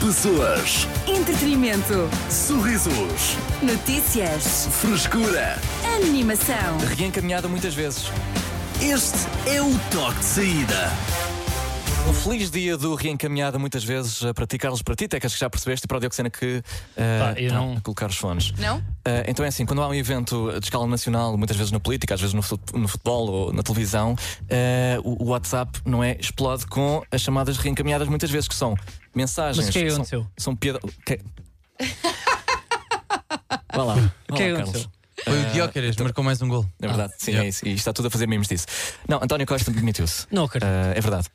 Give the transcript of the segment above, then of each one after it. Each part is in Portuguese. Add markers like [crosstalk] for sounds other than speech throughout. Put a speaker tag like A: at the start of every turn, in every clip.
A: Pessoas,
B: Entretenimento.
A: sorrisos,
B: Notícias.
A: frescura.
B: Animação.
C: Reencaminhada muitas vezes.
A: Este é o toque de saída.
C: Um feliz dia do reencaminhada muitas vezes eh, para ti, Carlos, para ti, Tecas, que já percebeste, e para o Dioxena que eh,
D: Pá, eu
C: tá
D: não-
C: a colocar os fones.
B: Não?
C: Eh, então é assim, quando há um evento de escala nacional, muitas vezes na política, às vezes no fut- no futebol ou na televisão, eh, o o WhatsApp não é explode com as chamadas reencaminhadas muitas vezes, que são mensagens.
D: Mas o que é que
C: são,
D: aconteceu?
C: São piada. o
D: [laughs]
C: que- Vá lá.
D: O
C: vá
D: que
C: lá,
D: é que
C: Carlos.
D: aconteceu?
E: Foi o Dióqueres, marcou mais um gol.
C: É verdade, sim,
E: yeah.
C: é isso. E está tudo a fazer memes disso. Não, António Costa demitiu-se.
D: Não, cara.
C: Eh, é verdade.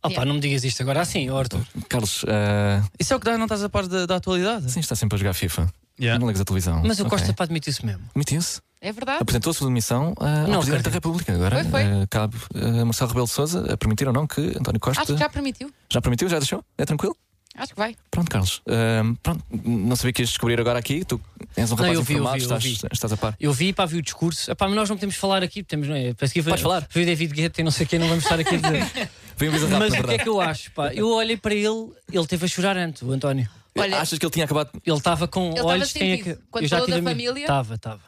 D: Opa, não me digas isto agora assim, ó, Arthur.
C: Carlos, eh,
E: Isso é o que dá, não estás a par da, da atualidade?
C: sim, está sempre a jogar FIFA.
E: Yeah.
C: Não ligas a televisão.
D: Mas o
C: Ok.
D: Costa para admitir isso mesmo.
C: Demitiu-se.
F: É verdade.
C: Apresentou a sua demissão eh, ao
D: Não
C: Presidente
D: acredito.
C: da República. Agora
F: Foi, foi.
C: eh, cabe eh, a Marcelo Rebelo de Souza a permitir ou não que António Costa.
F: Acho que já permitiu.
C: Já permitiu? Já deixou? É tranquilo?
F: Acho que vai.
C: Pronto, Carlos. Eh, pronto, não sabia que ias descobrir agora aqui. Tu és um
D: Não,
C: rapaz
D: eu vi, eu
C: informado,
D: vi, eu
C: estás,
D: vi.
C: estás a par.
D: Eu vi, pá, vi o discurso. Epá, mas nós não podemos falar aqui, temos, não é? Parece que foi,
C: Podes falar.
D: Foi o David Guetta e não sei quem, não vamos estar aqui a
C: [laughs]
D: dizer.
C: Foi um bizarro,
D: mas
C: na
D: o que é [laughs]
C: verdade.
D: que eu acho, pá? Eu olhei para ele, ele teve a chorar antes, o António.
F: Olha,
C: Achas que ele tinha acabado. [laughs]
D: Ele estava com
F: Ele
D: olhos
F: estava
D: quem é que.
F: sentido. Quando
D: eu já
F: falou
D: tive
F: da
D: a minha-
F: família?
D: estava, estava.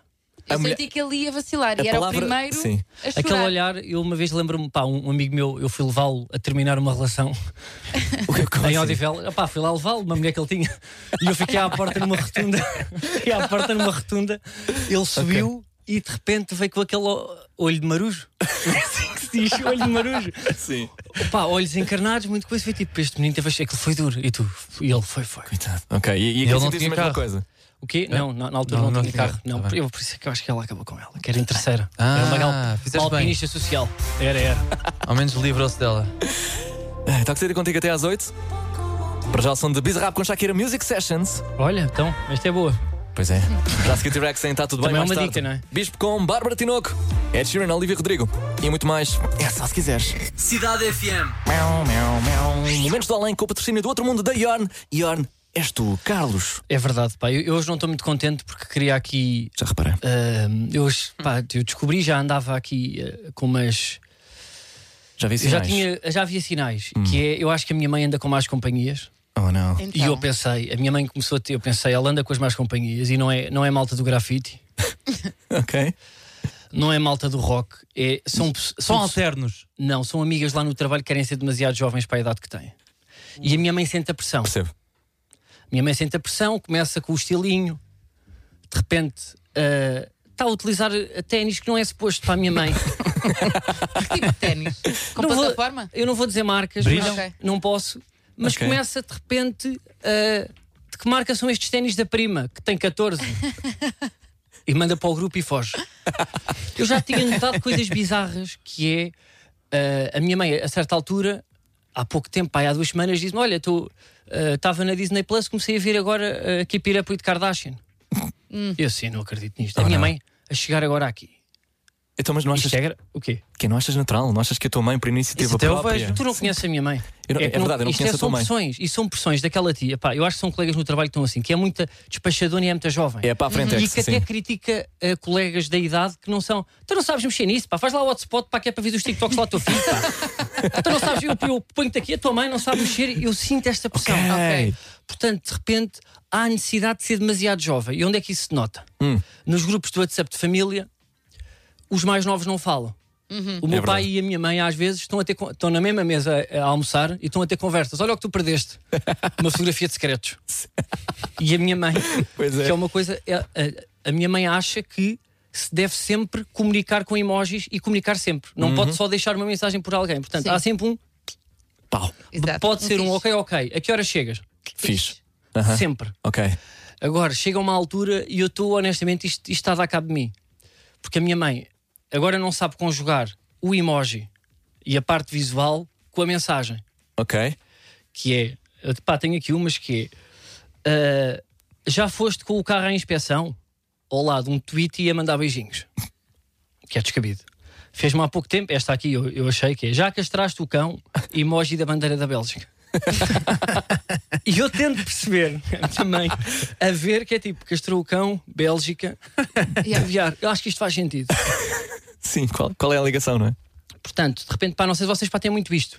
C: a
F: eu
C: mulher-
F: senti que ele ia vacilar
C: A
F: e era
C: palavra-
F: o primeiro
C: Sim.
F: a chorar.
D: Aquele olhar, eu uma vez lembro-me, pá, um amigo meu, eu fui levá-lo a terminar uma relação
C: O que é
D: em
E: assim?
D: Odivel. Opá, fui lá levá-lo, uma mulher que ele tinha. E eu fiquei à porta numa rotunda. [laughs] fiquei à porta numa rotunda. Ele subiu e de repente veio com aquele o- olho de marujo. É assim que se diz, olho de marujo.
C: Sim.
D: Opá, olhos encarnados, muito coisa. Foi tipo, este menino teve a que foi duro. E tu, e ele foi, foi.
C: Coitado. Ok, e, e
E: Ele não
C: sentiste a
E: tinha
C: mesma
E: carro.
C: coisa.
D: O quê? Não, na, na altura
E: É. Não, não
D: não, tinha
E: tinha.
D: carro. Não,
E: Tá bem.
D: eu, por isso é que eu acho que ela acabou com ela, que era em terceira.
E: Ah,
D: era uma, gal-
E: fizeste
D: uma
E: bem.
D: alpinista social. Era, era.
E: Ao menos livrou-se dela.
C: Ah, Está a ser contigo até às 8. Para já o som de Bizarrap com Shakira Music Sessions.
D: Olha, então, esta é boa.
C: Pois é. Já se que T-Rex está tá tudo bem
D: Também é
C: mais
D: uma
C: tarde.
D: dica, não é?
C: Bispo com Bárbara Tinoco, Ed Sheeran, Olivia Rodrigo e muito mais. É só se quiseres.
G: Cidade FM.
C: Miau, miau, miau. Momentos do além com o patrocínio do outro mundo da Yorn. Yorn, és tu, Carlos.
D: É verdade, pá. Eu, eu hoje não estou muito contente porque queria aqui
C: Já reparei.
D: Ahm, eu, hoje, pá, eu descobri, já andava aqui eh, com umas.
C: Já vi
D: Eu já,
C: sinais.
D: tinha, já havia sinais, que é, eu acho que a minha mãe anda com mais companhias.
C: Oh, não.
F: Então,
D: E eu pensei, a minha mãe começou a ter, eu pensei, ela anda com as más companhias e não é, não é malta do grafite,
C: Ok.
D: não é malta do rock, é, são, pe-
E: São
D: são,
E: alternos.
D: não, são amigas lá no trabalho que querem ser demasiado jovens para a idade que têm. E a minha mãe sente a pressão.
C: Percebo.
D: Minha mãe sente a pressão, começa com o estilinho, de repente ah, está a utilizar a ténis que não é suposto para a minha mãe.
F: que tipo de
D: [laughs]
F: ténis? Com
D: Não vou-
F: plataforma?
D: Eu não vou dizer marcas,
F: Brilham?
D: mas
F: Ok.
D: não posso. Mas
C: Ok.
D: começa de repente uh, de que marca são estes ténis da prima, que tem 14. e manda para o grupo e foge. Eu já tinha notado coisas bizarras, que é uh, a minha mãe, a certa altura, há pouco tempo, pá, há duas semanas, diz-me: Olha, tu estava na Disney Plus, comecei a ver agora uh, Keep It Up with Kardashian. Eu assim, não acredito nisto. a minha
C: não.
D: mãe a chegar agora aqui.
C: Então, mas não achas,
D: Isto é gra- o quê?
C: que não achas natural? Não achas que a tua mãe, por iniciativa
E: Isso até eu
C: própria.
E: vejo.
D: Tu não conheces a minha mãe.
C: Eu não- é
D: que não-
C: verdade, eu não
D: isto
C: conheço
D: é-
C: a tua
D: são
C: mãe.
D: pressões, e são pressões daquela tia. Pá, eu acho que são colegas no trabalho que estão assim, que é muita despachadona e é muito jovem.
C: É para a frente, é
D: E
C: que
D: que
C: sim.
D: até critica eh, colegas da idade que não são. Tu não sabes mexer nisso, pá. Faz lá o hotspot para que é para ver os TikToks lá do teu filho,
C: [laughs]
D: pá. tu não sabes, eu, eu ponho-te aqui, a tua mãe não sabe mexer, eu sinto esta pressão.
C: Ok.
D: Portanto, de repente, há a necessidade de ser demasiado jovem. E onde é que isso se nota?
C: Hum.
D: Nos grupos do WhatsApp de família, os mais novos não falam. O meu
C: É
D: pai
C: verdade.
D: e a minha mãe, às vezes, estão, a ter, con- estão na mesma mesa a, a almoçar e estão a ter conversas. Olha o que tu perdeste.
C: [laughs]
D: Uma fotografia de secretos. E a minha mãe,
C: [laughs] Pois é.
D: que é uma coisa. é- a, a minha mãe acha que se deve sempre comunicar com emojis e comunicar sempre. Não
C: Uhum.
D: pode só deixar uma mensagem por alguém. Portanto,
F: Sim.
D: há sempre um.
C: Pau.
F: Exato.
D: Pode ser um ok,
F: fixe.
D: ok. A que horas chegas?
C: Fiz. Aham.
D: Sempre.
C: Ok.
D: Agora, chega uma altura e eu estou, honestamente, isto, isto está a dar cabo de mim. Porque a minha mãe agora não sabe conjugar o emoji e a parte visual com a mensagem.
C: Ok.
D: Que é, eu, pá, tenho aqui umas que é. ah, já foste com o carro à inspeção? Ao lado, um tweet e a mandar beijinhos. Que é descabido. Fez-me há pouco tempo, esta aqui eu, eu achei que é. Já castraste o cão, emoji da bandeira
C: [laughs]
D: da Bélgica. E eu tento perceber também, a ver que é tipo castrou o cão, Bélgica,
F: Yeah.
D: caviar. Eu acho que isto faz sentido.
C: Sim, qual, qual é a ligação, não é?
D: Portanto, de repente, pá, não sei se vocês pá, têm muito isto.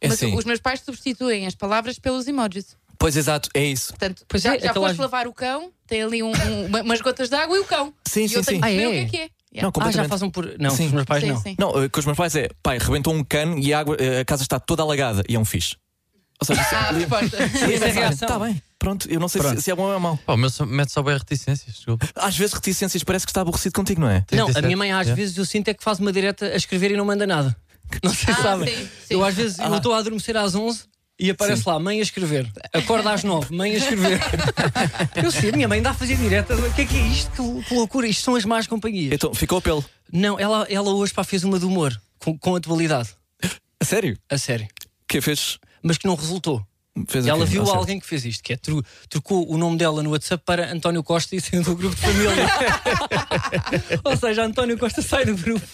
C: É
F: Mas
C: assim.
F: os meus pais substituem as palavras pelos emojis.
C: Pois exato, é isso.
F: Portanto,
D: Pois
F: já,
D: é,
F: já
D: aquela-
F: foste lavar o cão, tem ali um- um- uma- umas gotas de água e o cão.
C: Sim,
F: e
C: sim,
F: eu
C: sim.
F: tenho que
D: Ah,
F: ver
D: é?
F: o que é que é. Yeah.
C: Não,
D: Ah, já
C: completamente.
D: fazem por. Não,
C: Sim.
D: os meus pais
F: Sim,
D: não.
F: sim.
C: Não, eh, com os meus pais é, pai, rebentou um cano e a, água, eh, a casa está toda alagada e é um fixe. Ou seja, [laughs]
F: Ah, a resposta.
D: Essa é a reação.
C: está Tá bem, pronto, eu não sei
D: Pronto.
C: Se, se é bom ou é mau.
E: Pá, o meu só- mete só bem reticências, desculpa.
C: Às vezes reticências parece que está aborrecido contigo, não é?
D: Não, a
E: 37,
D: minha mãe às
E: é.
D: vezes eu sinto é que faz uma direta a escrever e não manda nada. Não sei se
F: Ah,
D: sabem.
F: sim, sim.
D: Eu às vezes eu estou a adormecer às 11 e aparece lá, mãe a escrever. Acorda às 9, mãe a escrever. eu sei, a minha mãe dá a fazer direta. O que é que é isto? Que, lou- que loucura, isto são as más companhias.
C: Então, ficou apelo.
D: Não, ela, ela hoje pá, fez uma de humor com, com atualidade,
C: A sério?
D: a sério.
C: Que fez?
D: Mas que não resultou.
C: fez o
D: Ela
C: quê?
D: viu
C: Ou seja,
D: alguém que fez isto, que é tru- trocou o nome dela no WhatsApp para António Costa e saiu do grupo de família. Ou seja, António Costa sai do grupo.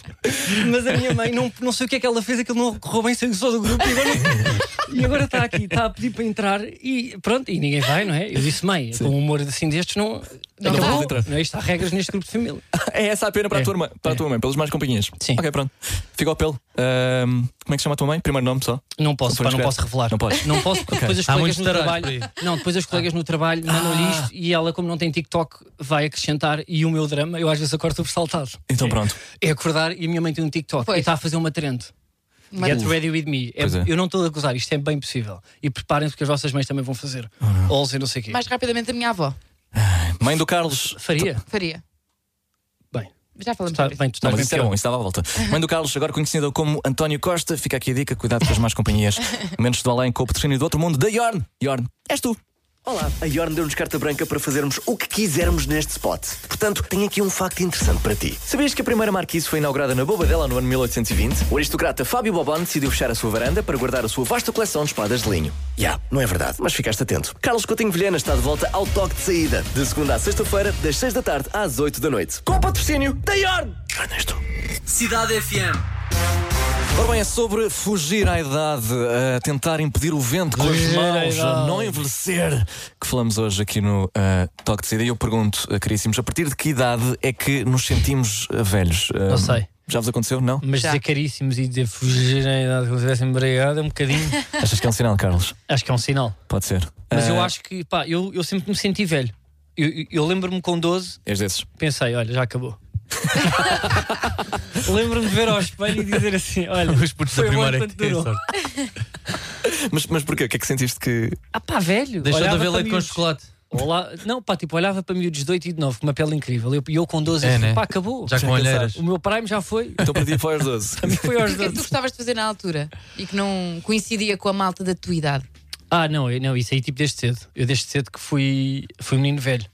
D: Mas a minha mãe, não, não sei o que é que ela fez, aquilo não correu bem, saiu só do grupo e agora, e agora está aqui, está a pedir para entrar e pronto, e ninguém vai, não é? Eu disse, mãe, com um humor assim destes, não.
F: Não
D: acabou,
F: vou
C: entrar.
D: não é? Isto há regras neste grupo de família.
C: [laughs] É essa a pena para, a,
D: É,
C: tua, irmã- para a tua mãe, pelas mais companhias.
D: Sim.
C: Ok, pronto. Ficou apelo. Ahm, como é que se chama a tua mãe? Primeiro nome só.
D: Não posso,
C: Não
D: pá,
C: podemos
D: não
C: criar.
D: posso revelar.
C: Não podes.
D: Não posso, porque depois as
E: Há
D: colegas
E: muitos
D: no
E: taralhos
D: trabalho. Não, depois as colegas no trabalho mandam-lhe isto e ela, como não tem TikTok, vai acrescentar e o meu drama, eu às vezes acordo sobressaltado.
C: Então
D: É.
C: pronto.
D: É acordar e a minha mãe tem um TikTok
F: Pois.
D: e está a fazer uma trend.
F: Uma-
D: Get ready with me. É-
C: Pois é.
D: Eu não estou a acusar, isto é bem possível. E preparem-se porque as vossas mães também vão fazer. Ou não sei o quê.
F: Mais rapidamente a minha avó
C: Mãe do Carlos.
D: Faria.
F: faria.
D: Bem,
F: Já
D: tu
F: falamos
D: tá-
F: sobre isso.
D: bem, tu
C: Não,
D: estás
C: mas
D: bem
C: isso é um era
D: pior.
C: bom, isso dava a
D: [laughs]
C: volta. Mãe do Carlos, agora conhecida como António Costa, fica aqui a dica: cuidado com as más
D: [laughs]
C: companhias. Menos do além com o patrocínio do outro mundo, da Yorn. Yorn, és tu.
G: Olá, a Yorn deu-nos carta branca para fazermos o que quisermos neste spot. Portanto, tenho aqui um facto interessante para ti.
C: Sabias que a primeira marquise foi inaugurada na Bobadela no ano 1820?
G: O aristocrata Fábio Bobon decidiu fechar a sua varanda para guardar a sua vasta coleção de espadas de linho. Já, não é verdade, mas ficaste atento. Carlos Coutinho Vilhena está de volta ao toque de saída, de segunda à sexta-feira, das seis da tarde às oito da noite. Com o patrocínio da Yorn! Ernesto.
A: Cidade FM.
C: Ora bem, é sobre fugir à idade, a tentar impedir o vento com as
D: Fugir à
C: mãos, a
D: idade.
C: não envelhecer, que falamos hoje aqui no ah, Toque de Saída. E eu pergunto, ah, caríssimos, a partir de que idade é que nos sentimos ah, velhos? Ah,
E: Não sei.
C: Já vos aconteceu?
D: [laughs]
C: Não?
E: Mas
F: Já. dizer
E: caríssimos e dizer fugir à idade que eles tivessem brigado é um bocadinho.
C: Achas que é um sinal, Carlos?
E: Acho que é um sinal.
C: Pode ser.
D: Mas eu
C: Ah,
D: acho que, pá, eu, eu sempre me senti velho. Eu, eu- eu lembro-me com 12,
C: És desses.
D: pensei, olha,
E: [laughs]
D: já acabou. lembro-me de ver ao espelho e dizer assim: olha,
E: Os putos da
D: foi bom
E: primária é que
D: enquanto
E: têm
D: durou.
E: sorte.
C: Mas, mas porquê? O que é que sentiste que.
D: Ah, pá, velho.
E: Deixou de
D: olhava
E: haver
D: para
E: leite com
D: miúdos.
E: chocolate.
D: Olá, não, pá, tipo, olhava para miúdos de 8 e de 9 com uma pele incrível. E eu, e eu com 12,
E: É,
D: assim,
E: né?
D: pá, acabou.
E: Já com olheiras.
D: O meu prime já foi.
C: Então para ti foi aos 12.
D: Para mim foi
F: [laughs]
D: aos
F: O que é
D: 12.
F: que tu gostavas de fazer na altura e que não coincidia com a malta da tua idade?
D: Ah, não, eu- não, isso aí tipo desde cedo. Eu desde cedo que fui, fui um menino velho.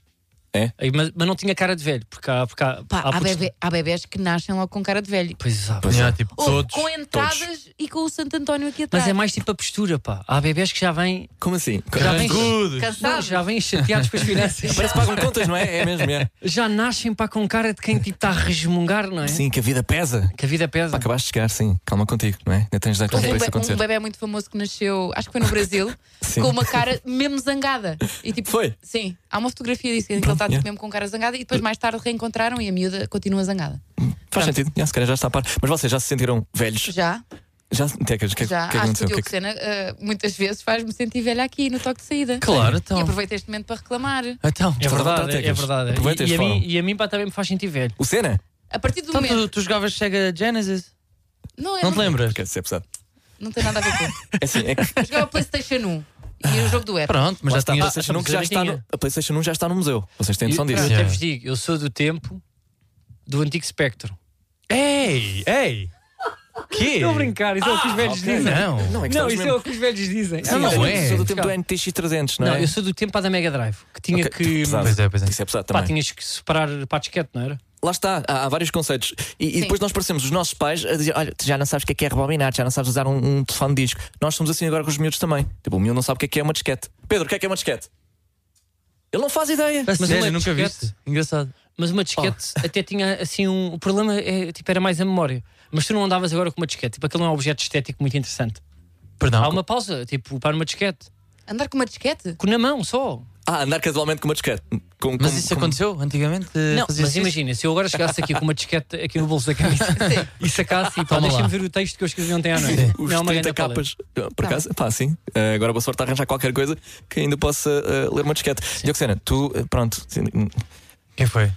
C: É?
D: Aí, mas, mas não tinha cara de velho, porque há. Ah, Porque há,
F: Pá, há,
D: putos-
F: bebê- há bebés que nascem logo com cara de velho.
D: Pois há.
E: Yeah, tipo,
D: Oh,
F: Ou
E: todos.
F: com entradas e com o Santo António aqui atrás.
D: Mas é mais tipo a postura, pá. Há bebés que já vêm.
C: [laughs] Como assim?
D: Já vêm.
E: Carrancudos.
D: Não,
F: Cansado.
D: já vêm chateados com as [laughs] finanças.
C: Parece que pagam contas, não é? É mesmo, é.
D: Já nascem, pá, com cara de quem tipo está a resmungar, não
C: [laughs]
D: é?
C: Sim, que a vida pesa.
D: Que a vida pesa.
C: Acabaste de chegar, sim. Calma contigo, não é? Ainda tens de dar
F: Houve
C: para
F: um,
C: isso
F: be- um
C: acontecer.
F: bebê muito famoso que nasceu, acho que foi no Brasil,
C: [laughs] Sim.
F: com uma cara mesmo zangada. E tipo,
C: Foi?
F: Sim, há uma fotografia disso em que ele está tipo,
C: yeah.
F: mesmo com cara zangada e depois mais tarde reencontraram e a miúda continua zangada.
C: Faz sentido, já, se calhar já está a par. Mas vocês já se sentiram velhos?
F: Já,
C: Já? Tecas, o que, é que
F: já. acho que
C: aconteceu?
F: o
C: O que é
F: Diogo
C: que-
F: Sena eh, muitas vezes faz-me sentir velha aqui no toque de saída.
E: Claro, então.
F: E aproveito este momento para reclamar.
E: Então,
D: É verdade,
C: Tecas.
D: é verdade.
C: Aproveita
D: E,
C: este
D: e, a mim,
C: fórum.
D: e a mim, pá, também me faz sentir velho.
C: O Senna?
F: A partir do
E: Então
F: momento.
E: tu, tu jogavas Sega Genesis?
F: Não, eu
E: Não te lembras?
C: Quer dizer, é pesado.
F: Não tem nada a ver com isso.
C: É assim, é que
F: Eu jogava PlayStation 1 e o jogo do Era.
E: Pronto, mas
C: lá
E: já
C: está, a,
E: tinhas.
C: PlayStation
D: Ah,
C: 1 que já
D: mas eu
C: está
D: tinha.
C: no, a PlayStation 1 já está no museu. Vocês têm
D: Eu,
C: noção
D: eu
C: disso.
D: até
E: Yeah.
D: vos digo, eu sou do tempo do antigo espectro.
E: Ei, ei! Que?
D: Estou a brincar, isso é o que os velhos dizem.
E: Não.
C: Ah, Não, é que
D: Não,
C: estamos
D: isso é
C: mesmo...
D: o que os velhos dizem. Ah,
E: Sim, não é.
C: Sou do tempo do NTX300, não
D: Não,
C: é?
D: eu sou do tempo pá, da Mega Drive, que tinha
C: Ok,
D: que.
C: pesado.
E: Pois é, pois é.
C: Isso é pesado
D: Pá,
C: também.
D: tinhas que separar para a disquete, não era?
C: Lá está, há, há vários conceitos. E, e
F: Sim.
C: depois nós parecemos os nossos pais a dizer: Olha, tu já não sabes o que é, que é rebobinar, já não sabes usar um, um telefone de disco. Nós somos assim agora com os miúdos também. Tipo, o miúdo não sabe o que é, que é uma disquete. Pedro, o que é, que é uma disquete? Ele não faz ideia.
D: Mas
E: Sério,
D: uma
E: nunca
D: disquete-
E: viste? Engraçado.
D: Mas uma disquete
H: Oh.
D: até tinha assim um. O problema é, tipo, era mais a memória. Mas tu não andavas agora com uma disquete, tipo, aquilo é um objeto estético muito interessante.
E: Perdão.
D: Há uma pausa, tipo, para uma disquete.
F: Andar com uma disquete?
D: Com na mão só.
C: Ah, andar casualmente com uma disquete. Com-
H: Mas
C: com-
H: isso
C: com-
H: aconteceu antigamente?
D: Não,
H: Fazias
D: mas
H: isso?
D: imagina, se eu agora chegasse aqui com uma disquete aqui no bolso da
H: [laughs]
D: camisa e sacasse e pá,
H: Toma lá.
D: deixa-me ver o texto que eu escrevi ontem à noite.
C: Os
D: Não é uma
C: 30
D: grande paleta.
C: capas, por acaso, pá, sim. Eh, agora vou sorte a arranjar qualquer coisa que ainda possa eh, ler uma disquete. Dioxena, tu, eh, pronto, sim, hum,
H: Quem foi?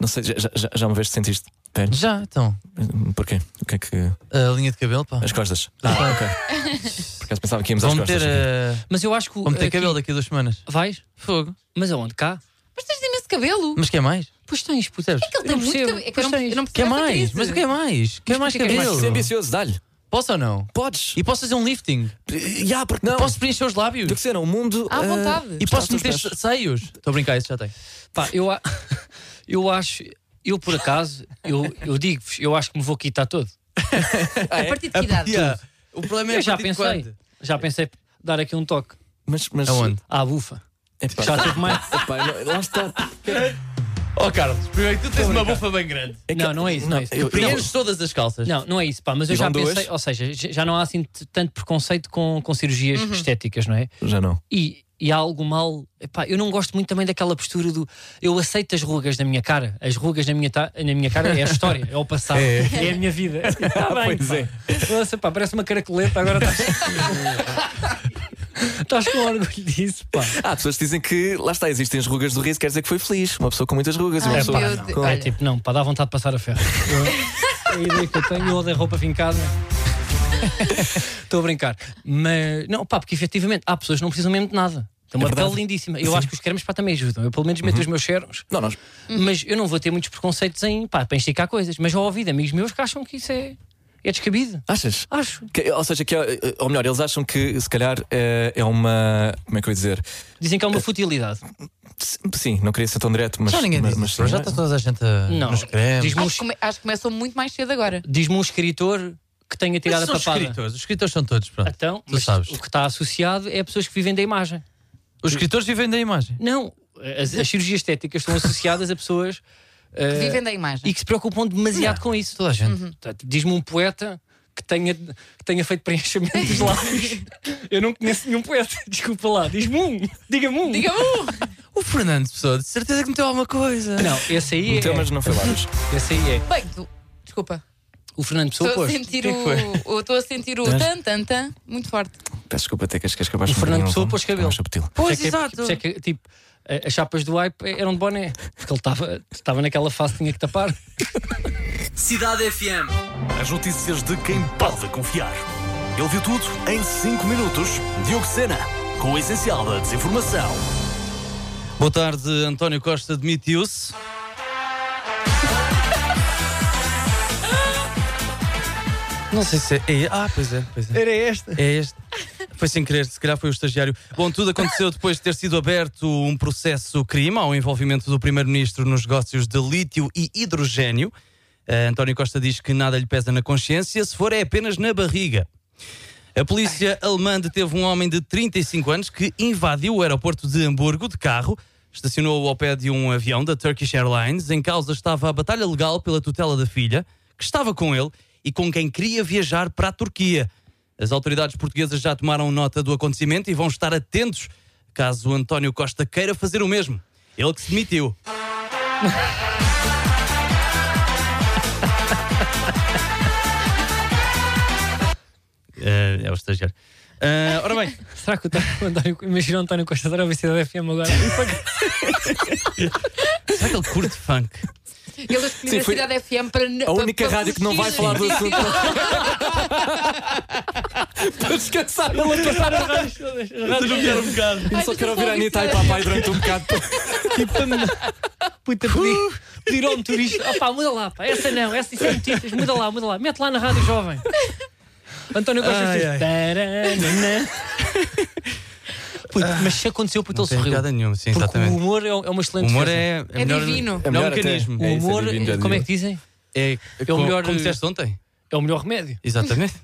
C: não sei, já, já, já uma vez te sentiste velho?
H: Já, então.
C: Hum, Porquê? O que é que.
H: A linha de cabelo, pá.
C: As costas.
H: Ah,
C: ok. Por acaso pensava que íamos
H: Vão
C: às
H: meter,
C: costas.
H: eh,
D: Mas eu acho que. o-
H: vão meter
D: aqui-
H: cabelo daqui a duas semanas.
D: Vais?
H: Fogo.
D: Mas aonde? Cá?
F: Mas tens imenso cabelo.
H: Mas quer mais?
D: Pois tens, puto.
H: Percebes?
F: Ele tem
D: não
F: muito
D: percebo.
F: cabelo. É que
D: Pois
F: eu não,
D: tens.
F: eu não
H: Quer
F: percebo esta
H: mais?
F: crise.
H: Mas o que é mais? Quer mais
F: porquê que é
C: Mas ser
H: cabelo?
C: ambicioso, dá-lhe.
H: Posso ou não?
C: Podes.
H: E posso fazer um lifting?
C: eh, Já, porque não.
H: Posso preencher os lábios?
C: Dioxena, o mundo.
F: À
C: eh,
F: vontade.
H: E
C: está
H: posso
C: aos
H: meter
C: teus pés.
H: seios? Estou a brincar, isso já tem.
D: Pá, eu, a- [laughs] eu acho. Eu por acaso, eu, eu digo-vos, eu acho que me vou quitar todo.
F: A partir de que idade?
H: O problema é
D: Eu já
H: a partir de
D: pensei.
H: quando?
D: Já pensei dar aqui um toque
C: Mas, mas. é
H: Aonde?
D: à bufa.
C: Epá,
D: Já teve mais.
C: [laughs] epá, não- lá está.
H: Oh, Carlos, primeiro tu tens uma bufa bem grande.
C: É que-
D: Não, não é isso, não é isso.
C: eu- eu-
H: Preenches todas as
D: [laughs]
H: calças.
D: Não, não é isso, pá, mas eu
C: E vão
D: já
C: duas?
D: pensei, ou seja, j- já não há assim t- tanto preconceito com, com cirurgias estéticas, não é?
C: Já não.
D: E, e há algo mal. Epá, eu não gosto muito também daquela postura do eu aceito as rugas na minha cara. As rugas na minha, ta- na minha cara é a história, é o passado, [laughs] é, a minha [laughs] vida. Tá bem,
C: Pois
D: pá.
C: é.
D: Nossa, pá, parece uma caracoleta, agora [laughs] estás. estás com orgulho disso, pá.
C: Há pessoas que dizem que lá está, existem as rugas do riso, quer dizer que foi feliz. Uma pessoa com muitas rugas, uma
F: Ai,
C: pessoa
F: meu Deus.
C: com.
D: É tipo, não, pá, dá vontade de passar a ferro. Eu- É a ideia que eu tenho, eu odeio roupa fincada. [laughs] Estou a brincar. Mas, não, pá, porque efetivamente há pessoas que não precisam mesmo de nada. Tem
H: É
D: uma
C: verdade.
D: pele lindíssima. Eu acho que os cremes pá, também ajudam. Eu pelo menos
H: Uhum.
D: meto os meus cheiros,
C: Não, nós.
D: mas eu não vou ter muitos preconceitos em, pá, para esticar coisas. Mas já ouvi de amigos meus que acham que isso é, é descabido.
C: Achas?
D: Acho.
C: Que- ou seja, que, é- ou melhor, eles acham que se calhar é, é uma. Como é que eu ia dizer?
D: Dizem que é uma futilidade.
C: S- Sim, não queria ser tão direto, mas.
H: Já ninguém
C: mas,
H: diz
C: mas
H: isso.
C: sim, não
H: Já
C: é?
H: está toda a gente a
D: Não.
H: nos cremes.
D: Diz-me um,
F: Acho que, come- acho que começou muito mais cedo agora.
D: diz-me um escritor que tenha
H: Mas
D: tirado
H: são
D: a papada.
H: escritores. Os escritores são todos, pronto.
D: Então,
H: Tu
D: mas
H: sabes.
D: o que está associado é pessoas que vivem da imagem.
H: Os escritores vivem da imagem.
D: Não, É, as, as cirurgias estéticas estão associadas a pessoas
C: É.
D: eh,
F: Vivem Uhum. da imagem.
D: e que se preocupam demasiado com isso.
H: Toda a gente.
D: Portanto, Diz-me um poeta que tenha, que tenha feito preenchimento
F: [laughs]
D: dos lábios. Eu não conheço nenhum poeta, [laughs] desculpa lá. Diz-me um, diga-me um.
F: Diga-me um!
H: O Fernando Pessoa, de certeza que meteu alguma coisa.
D: Não, esse aí é.
C: Então, mas não foi
H: [laughs]
C: lá. mas-
D: Esse aí é.
F: Bem, tu- desculpa.
D: O Fernando Pessoa
F: Estou a
D: pôs.
F: sentir
C: é
F: o. Estou a sentir o tan, tan, tan, muito forte.
C: Peço desculpa, até que acho que és capaz
D: O
C: de me
D: Fernando
C: dar um
D: Pessoa
C: tom-
D: pôs
C: tom
D: cabelo.
C: subtil.
D: Por isso é que- por isso é que, tipo, a- as chapas do hype eram de boné. Porque ele estava- estava naquela fase que tinha que tapar. [laughs]
A: Cidade FM. As notícias de quem pode confiar. Ele viu tudo em 5 minutos. Diogo Sena, com o essencial da desinformação.
H: Boa tarde, António Costa demitiu-se. Não sei se é. é- Ah, pois é, pois é.
D: Era esta.
H: É este. Foi sem querer, se calhar foi o estagiário. Bom, tudo aconteceu depois de ter sido aberto um processo crime ao envolvimento do primeiro-ministro nos negócios de lítio e hidrogênio. Eh, António Costa diz que nada lhe pesa na consciência, se for é apenas na barriga. A polícia alemã deteve um homem de 35 anos que invadiu o aeroporto de Hamburgo de carro, estacionou-o ao pé de um avião da Turkish Airlines. Em causa estava a batalha legal pela tutela da filha, que estava com ele e com quem queria viajar para a Turquia. As autoridades portuguesas já tomaram nota do acontecimento e vão estar atentos caso António Costa queira fazer o mesmo. Ele que se demitiu. Eh, é o estagiário. Eh, ora bem,
D: Será que o António- o António, imagina o António Costa dar a é obesidade FM
C: [laughs]
D: agora?
H: será que ele curte funk?
F: Ele escolheu
C: Sim,
F: a
C: foi
F: cidade FM para.
H: Tá
C: A única rádio que não vai falar
H: [laughs]
C: do assunto. Estou descansado.
H: um bocado.
F: Ai,
C: Só
F: mas é
C: quero
F: eu
C: ouvir
F: sou
C: a Anitta e
F: viciada.
C: papai durante um [laughs] bocado.
D: Puta, pedir, pedir ao motorista. Ah pá, muda lá, pá. Essa não, essa isso é notícias. Muda lá, muda lá. Mete lá na rádio jovem. António Costa
H: Ai,
D: fez.
H: ai.
D: Taranana. Puto,
H: Ah,
D: mas se aconteceu, puto, ele sorriu.
H: nenhuma, sim,
D: Porque o
H: exatamente.
D: humor é, é uma excelente
H: O humor
D: coisa.
H: é,
F: É divino.
C: É melhor
H: melhor
C: até.
H: mecanismo.
D: O
C: É isso,
D: humor,
C: é divino, é
D: como é
C: divino.
D: que dizem?
H: É,
D: o
H: co-
D: melhor-
H: Como disseste ontem.
D: É o melhor remédio.
H: Exatamente.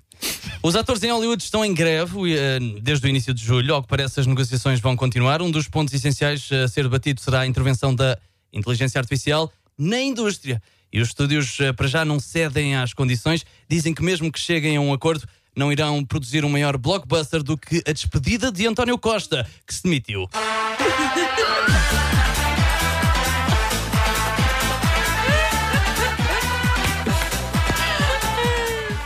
H: Os atores em Hollywood estão em greve eh, desde o início de julho. Ao que parece, as negociações vão continuar. Um dos pontos essenciais a ser debatido será a intervenção da inteligência artificial na indústria. E os estúdios, eh, para já, não cedem às condições. Dizem que, mesmo que cheguem a um acordo, não irão produzir um maior blockbuster do que a despedida de António Costa, que se demitiu.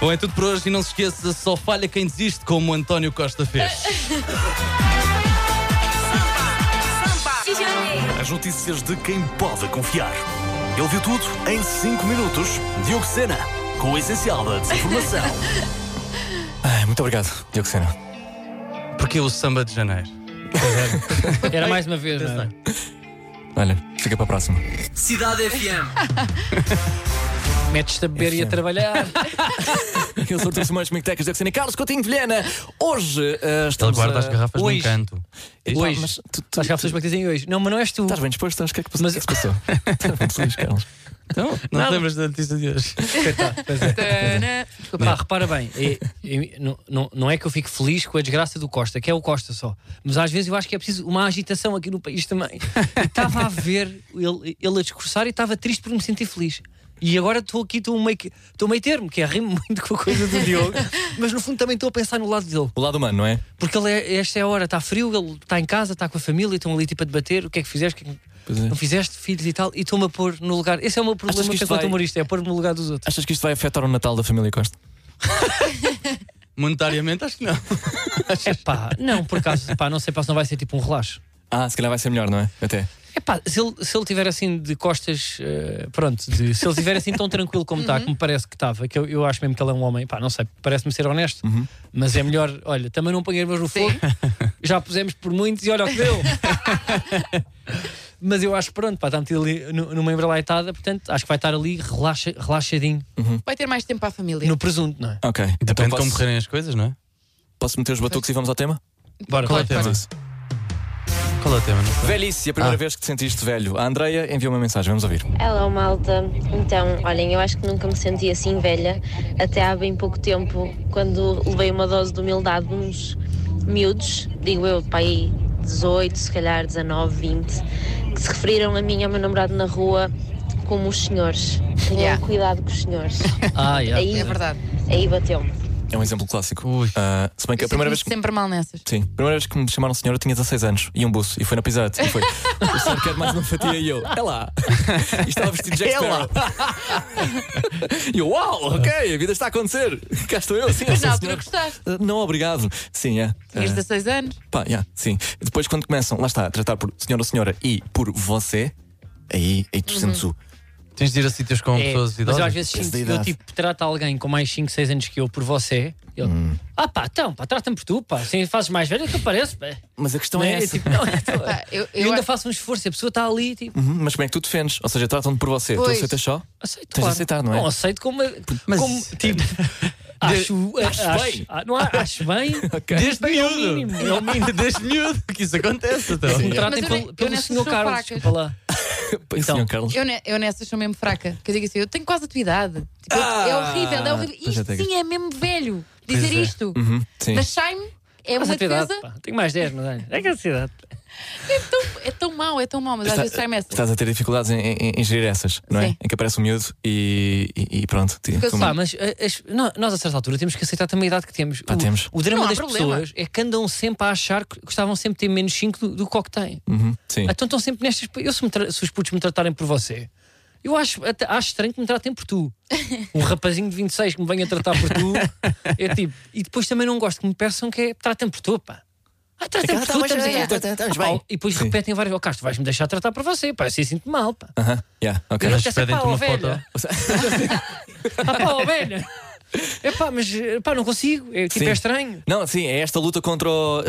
H: Bom, é tudo por hoje e não se esqueça, só falha quem desiste, como o António Costa fez.
A: As notícias de quem pode confiar. Ele viu tudo em 5 minutos. Diogo Sena, com o essencial da desinformação.
C: Ai, Ah, muito obrigado, Diogo Sena.
H: Porque é o samba de janeiro.
D: Era mais uma vez, não é? era?
C: Olha, fica para a próxima.
A: [laughs] Cidade FM.
D: Metes-te a beber e a
C: FM.
H: [laughs]
D: trabalhar.
C: Eu sou o Tio Simões, comigo Tecas, Diogo Sena e Carlos Coutinho de Vilhena. Hoje eh,
H: Ele
C: estamos
H: guarda
C: a-
H: as garrafas
D: hoje.
H: num canto. Então,
C: Eh, pá,
D: hoje.
C: mas tu, tu-
D: Acho que há pessoas para que dizem hoje. Não, mas não
H: Tá
D: és tu.
C: Estás bem disposto? Acho que é que passou.
D: Mas-
C: Mas... que se passou? [laughs] Estás bem feliz,
H: [laughs]
C: Carlos.
H: Então, não te lembras da notícia de hoje?
F: Tana.
D: Pá, repara bem, é- é- não, não, não é que eu fico feliz com a desgraça do Costa, que é o Costa só, mas às vezes eu acho que é preciso uma agitação aqui no país também. E Estava a ver ele, ele a discursar e estava triste por me sentir feliz. E agora estou aqui, estou meio, que- estou meio termo, que é rimo muito com a coisa do Diogo, mas no fundo também estou a pensar no lado dele,
C: O lado humano, não é?
D: porque ele é- esta é a hora, está frio, ele está em casa, está com a família, estão ali tipo a debater o que é que fizeste, o que é que
C: Pois é.
D: não fizeste, filhos e tal, e estou-me a pôr no lugar. Esse é o meu problema
C: isto
D: enquanto
C: vai-
D: humorista, é pôr-me no lugar dos outros.
C: Achas que isto vai afetar o Natal da família Costa?
H: Monetariamente, acho que não.
D: É pá, não, por acaso, pá, não sei, pá, se não vai ser tipo um relaxo.
C: Ah, se calhar vai ser melhor, não é? Até.
D: É pá, se ele, se ele tiver assim de costas, eh, pronto, de- se ele estiver assim tão tranquilo como está, como parece que estava, que eu, eu acho mesmo que ele é um homem, pá, não sei, parece-me ser honesto,
H: Uhum.
D: mas é melhor, olha, também não ponhamos no fogo, já pusemos por muitos e olha o que deu. mas eu acho pronto, pá, está metido ali nu- numa embralhaitada, portanto, acho que vai estar ali relaxa, relaxadinho
F: Vai ter mais tempo para a família.
D: no presunto, não é?
C: Ok.
H: Depende de
C: Então posso,
H: como correrem as coisas, não é?
C: posso meter os batuques e vamos ao tema?
D: Bora,
H: Qual é o tema? Qual é o tema? Não sei.
C: Velhice, a
H: Ah.
C: primeira vez que te sentiste velho. A Andreia enviou uma mensagem, vamos ouvir.
I: Hello, malta. é Então, olhem, eu acho que nunca me senti assim velha, até há bem pouco tempo, quando levei uma dose de humildade de uns miúdos, digo eu, pai 18, se calhar 19, 20, que se referiram a mim e ao meu namorado na rua como os senhores. Tenham
F: Yeah.
I: cuidado com os senhores.
D: Ah, yeah.
I: Aí-
F: É verdade.
I: Aí bateu-me.
C: É um exemplo clássico.
H: Ui.
C: Ah, se bem que a primeira
F: Eu primeira
C: vez que.
F: sempre mal nessas.
C: Sim, a primeira vez que me chamaram senhor eu tinha 16 anos e um buço, e foi na Pizza Hut, e foi. O senhor quer mais uma fatia e eu, é lá. E estava vestido de Jack Sparrow. E eu, uau, ok, a vida está a acontecer. Cá estou eu, sim, eu
F: Mas
C: sou
F: na
C: o
F: altura
C: senhor.
F: gostaste.
C: Ah, Não, obrigado. Sim, é.
F: Tinhas
C: Ah,
F: 16 anos.
C: Pá, yeah, sim. Depois, quando começam, lá está, a tratar por senhora ou senhora e por você, aí, aí tu sentes o.
H: Tens de ir a sítios com
D: É,
H: pessoas
D: mas eu às
H: idosas.
D: vezes
C: Pessoas
D: sinto
C: da
D: que eu
C: idade.
D: tipo, trato alguém com mais 5, 6 anos que eu por você. Ele,
C: Hum.
D: ah pá, então, pá, trata-me por tu, pá, assim fazes mais velho que eu pareço, pá.
C: Mas a questão
H: Então
D: Não
C: é,
D: é?
C: essa.
D: Tipo, não, é,
H: [laughs]
D: tipo,
F: Pá, Ah, eu,
D: eu,
F: eu
D: ainda
F: acho-
D: faço um esforço, a pessoa está ali, tipo,
C: Uhum, mas como é que tu defendes? Ou seja, tratam-te por você, tu
F: Pois.
C: aceitas só?
D: aceito,
C: Tens de
D: claro.
C: aceitar, não é?
D: aceito como,
H: Mas-
D: como
H: [laughs]
D: tipo, acho, acho,
C: bem.
D: ah, não, há- acho
H: [laughs]
D: bem,
H: Desde
D: bem ao
H: miúdo.
D: mínimo.
H: É o mínimo, Desde miúdo que isso acontece. Então.
D: Me tratem
F: Mas eu
D: pelo,
F: ne- eu
D: pelo
F: nessas
D: senhor
F: sou
D: Carlos,
F: fracas.
D: desculpa lá. Então,
C: senhor Carlos.
F: Eu, ne- eu nessas sou mesmo fraca. Que eu digo assim, eu tenho quase a tua idade. Tipo, eu-
D: Ah!
F: é horrível, é horrível.
C: pois é,
F: Isto
C: Tegas.
F: sim é mesmo velho. Dizer
H: é.
F: isto.
C: Uhum, sim.
F: Deixai-me. É
D: Mas
F: uma
D: a tua idade,
F: defesa.
D: pá, tenho mais 10, mas olha, é que a cidade.
F: É tão, é tão mau, é tão mau, mas às
C: Está-
F: vezes sai-me essa.
C: Estás a ter dificuldades em, em, em gerir essas, não é?
F: Sim.
C: Em que aparece um miúdo e, e, e pronto. ti-
F: Porque eu
C: como-
D: Pá, mas a- as- nó- nós a certa altura temos que aceitar também a idade que temos.
C: Pá,
D: o,
C: temos.
D: o drama
F: Não há
D: das
F: problema.
D: pessoas é que andam sempre a achar que gostavam sempre de ter menos 5 do, do que o que têm.
C: Uhum, sim.
D: Então estão sempre nestas. Eu, se, me tra- se os putos me tratarem por você, eu acho, até- acho estranho que me tratem por
F: [laughs]
D: tu. Um rapazinho de 26 que me venha tratar por tu, é tipo. E depois também não gosto que me peçam que é tratem por tu, pá. Ah, tratem
F: tá
D: por tu, estamos aqui. Ah, pá, E depois repetem várias vezes: oh, Castro, vais-me deixar tratar por você, pá, assim sinto mal, pá.
C: Aham, yeah, ok.
D: Eu
H: Mas
D: até sei,
H: pedem-te
D: é pá,
H: uma
D: ó, velho.
H: foto.
D: Ah, pá, ovelha! É pá, mas eh, pá, não consigo. É, tipo,
C: Sim.
D: é estranho.
C: Não, sim, é esta luta contra o.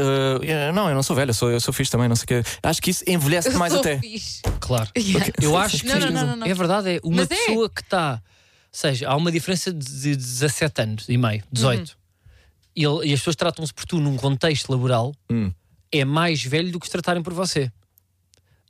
C: eh, eh, não, eu não sou velho, eu sou, eu sou fixe também, não sei o quê. Acho que isso envelhece
F: Eu
C: mais
F: sou
C: até.
F: fixe.
D: Claro.
F: Yeah.
D: Eu acho que
F: Não, não, não, não, não.
D: é verdade. É uma
F: Mas é.
D: pessoa que está. Ou seja, há uma diferença de de 17 anos e meio, 18. E, ele- e as pessoas tratam-se por tu num contexto laboral,
C: Hum.
D: é mais velho do que se tratarem por você.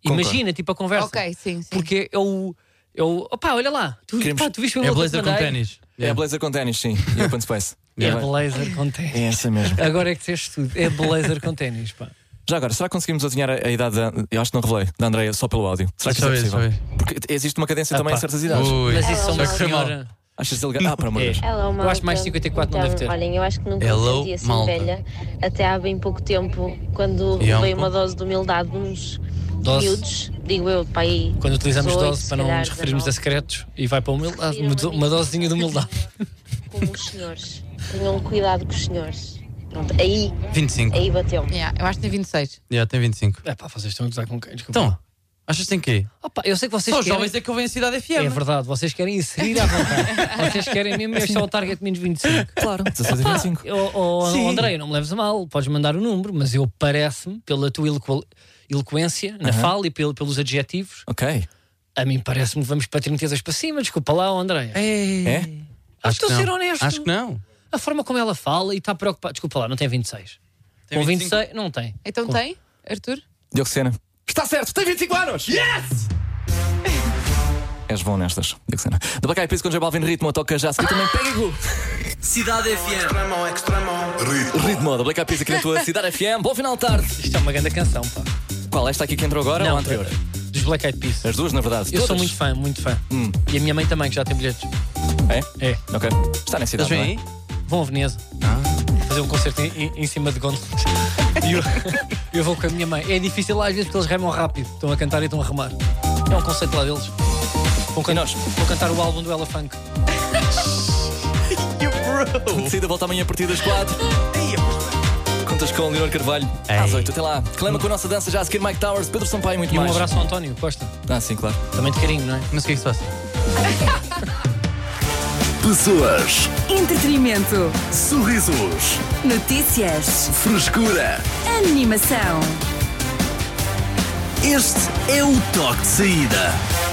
C: Concordo.
D: Imagina, tipo, a conversa.
F: Ok, sim, sim.
D: Porque é o. É o opá, olha lá, tu,
C: Queremos-
D: pá, tu viste o
H: É
D: meu
H: blazer com ténis.
C: É a blazer com ténis, sim. E open space.
D: É blazer com
C: É [laughs]
D: ténis.
C: essa mesmo.
D: Agora é que tens tudo. É blazer com ténis, pá.
C: Já agora, será que conseguimos adivinhar a, a idade da. Eu acho que não revelei, da Andreia, só pelo áudio. Será que
H: Deixa
C: isso é
H: eu ver,
C: possível?
H: deixa
C: Porque existe uma cadência
D: Ah,
C: também
D: pá.
C: em certas idades.
H: Ui,
D: Mas isso é
H: já
D: uma
H: correu mal.
D: senhora.
C: Achas elegante? Ah, para amor de Deus.
I: Hello, malta. Então,
E: Eu acho mais 54 não deve ter.
I: Olhem, eu acho que nunca
H: Hello,
I: me senti assim
H: malta.
I: velha. Até há bem pouco tempo, quando
H: E há um
I: levei uma
H: pouco.
I: dose de humildade nos
E: Dose.
I: miúdos, digo eu, para aí.
E: Quando utilizamos
I: 18,
E: dose para
I: se
E: não
I: calhar,
E: nos referirmos a
I: 19,
E: secretos e vai para a humildade,
I: Refiro-me
E: uma,
I: a
E: do-
I: mim.
E: uma dosezinha de
I: [laughs]
E: humildade.
I: Como os senhores. Tenham cuidado com os senhores. Pronto, aí,
H: 25.
D: É.
I: aí bateu-me.
F: Yeah, eu acho que tem 26.
H: Já tem 25.
E: É pá, vocês estão a gozar com quem? Desculpa.
H: Então, achas que tem quê?
D: Opa, eu sei que vocês
H: Só os
D: querem-
H: jovens é que ouvem a cidade FM.
D: É verdade, vocês querem inserir à vontade.
I: [laughs]
D: vocês querem mesmo este é o target menos 25.
C: Claro, 16 e 25.
D: Eu, oh,
H: Sim.
D: André, não me leves a mal, podes mandar o número, mas eu parece-me, pela tua eloqu- eloquência na fala e pel- pelos adjetivos,
C: Ok.
D: a mim parece-me que vamos para 36 para cima. Desculpa lá, André.
C: É?
D: Acho que estou a
H: não.
D: ser honesto.
H: Acho que não.
D: A forma como ela fala e está preocupada. Desculpa lá, não tem 26.
H: Tem
D: Com
H: 25.
D: 26, não tem.
F: Então tem, Arthur?
C: Diocena,
G: Está certo, tem 25 anos!
C: és bom nestas. Diocena. Da Bacai, Piso com J Balvin, Ritmo, toca já. Se
G: Ah!
C: também pega e go.
A: Cidade FM.
C: Ritmo, da Bacai, Piso aqui na tua cidade FM. Bom final de tarde.
E: Isto é uma grande canção, pá.
C: Qual? é Esta aqui que entrou agora ou a anterior?
E: Dos Black Eyed Peas.
C: As duas, na verdade.
E: Eu sou
C: é. Todas. Hum.
E: muito fã, muito fã. E a minha mãe também, que já tem bilhetes.
C: É?
E: É.
C: Ok. Está nessa
H: Eles
C: idade, não é?
H: vêm aí?
E: Vão a Veneza
C: Ah.
E: fazer um concerto em, em- em cima de gôndolas. E eu, [laughs] eu vou com a minha mãe. É difícil lá às vezes porque eles remam rápido. Estão a cantar e estão a remar. É um conceito lá deles. Vão, can- vão cantar o álbum do Ella Funk.
C: Decida, volta amanhã a partir das 4. Contas com Leonor Carvalho às 8. Até lá. Reclama com a nossa dança já a seguir Mike Towers, Pedro Sampaio e muito
E: E um
C: mais.
E: abraço ao António Costa.
C: Ah, sim, claro.
E: Também de carinho, não é?
H: Não sei o que é que se passa.
A: Pessoas.
B: Entretenimento.
A: Sorrisos.
B: Notícias.
A: Frescura.
B: Animação.
A: Este é o toque de saída.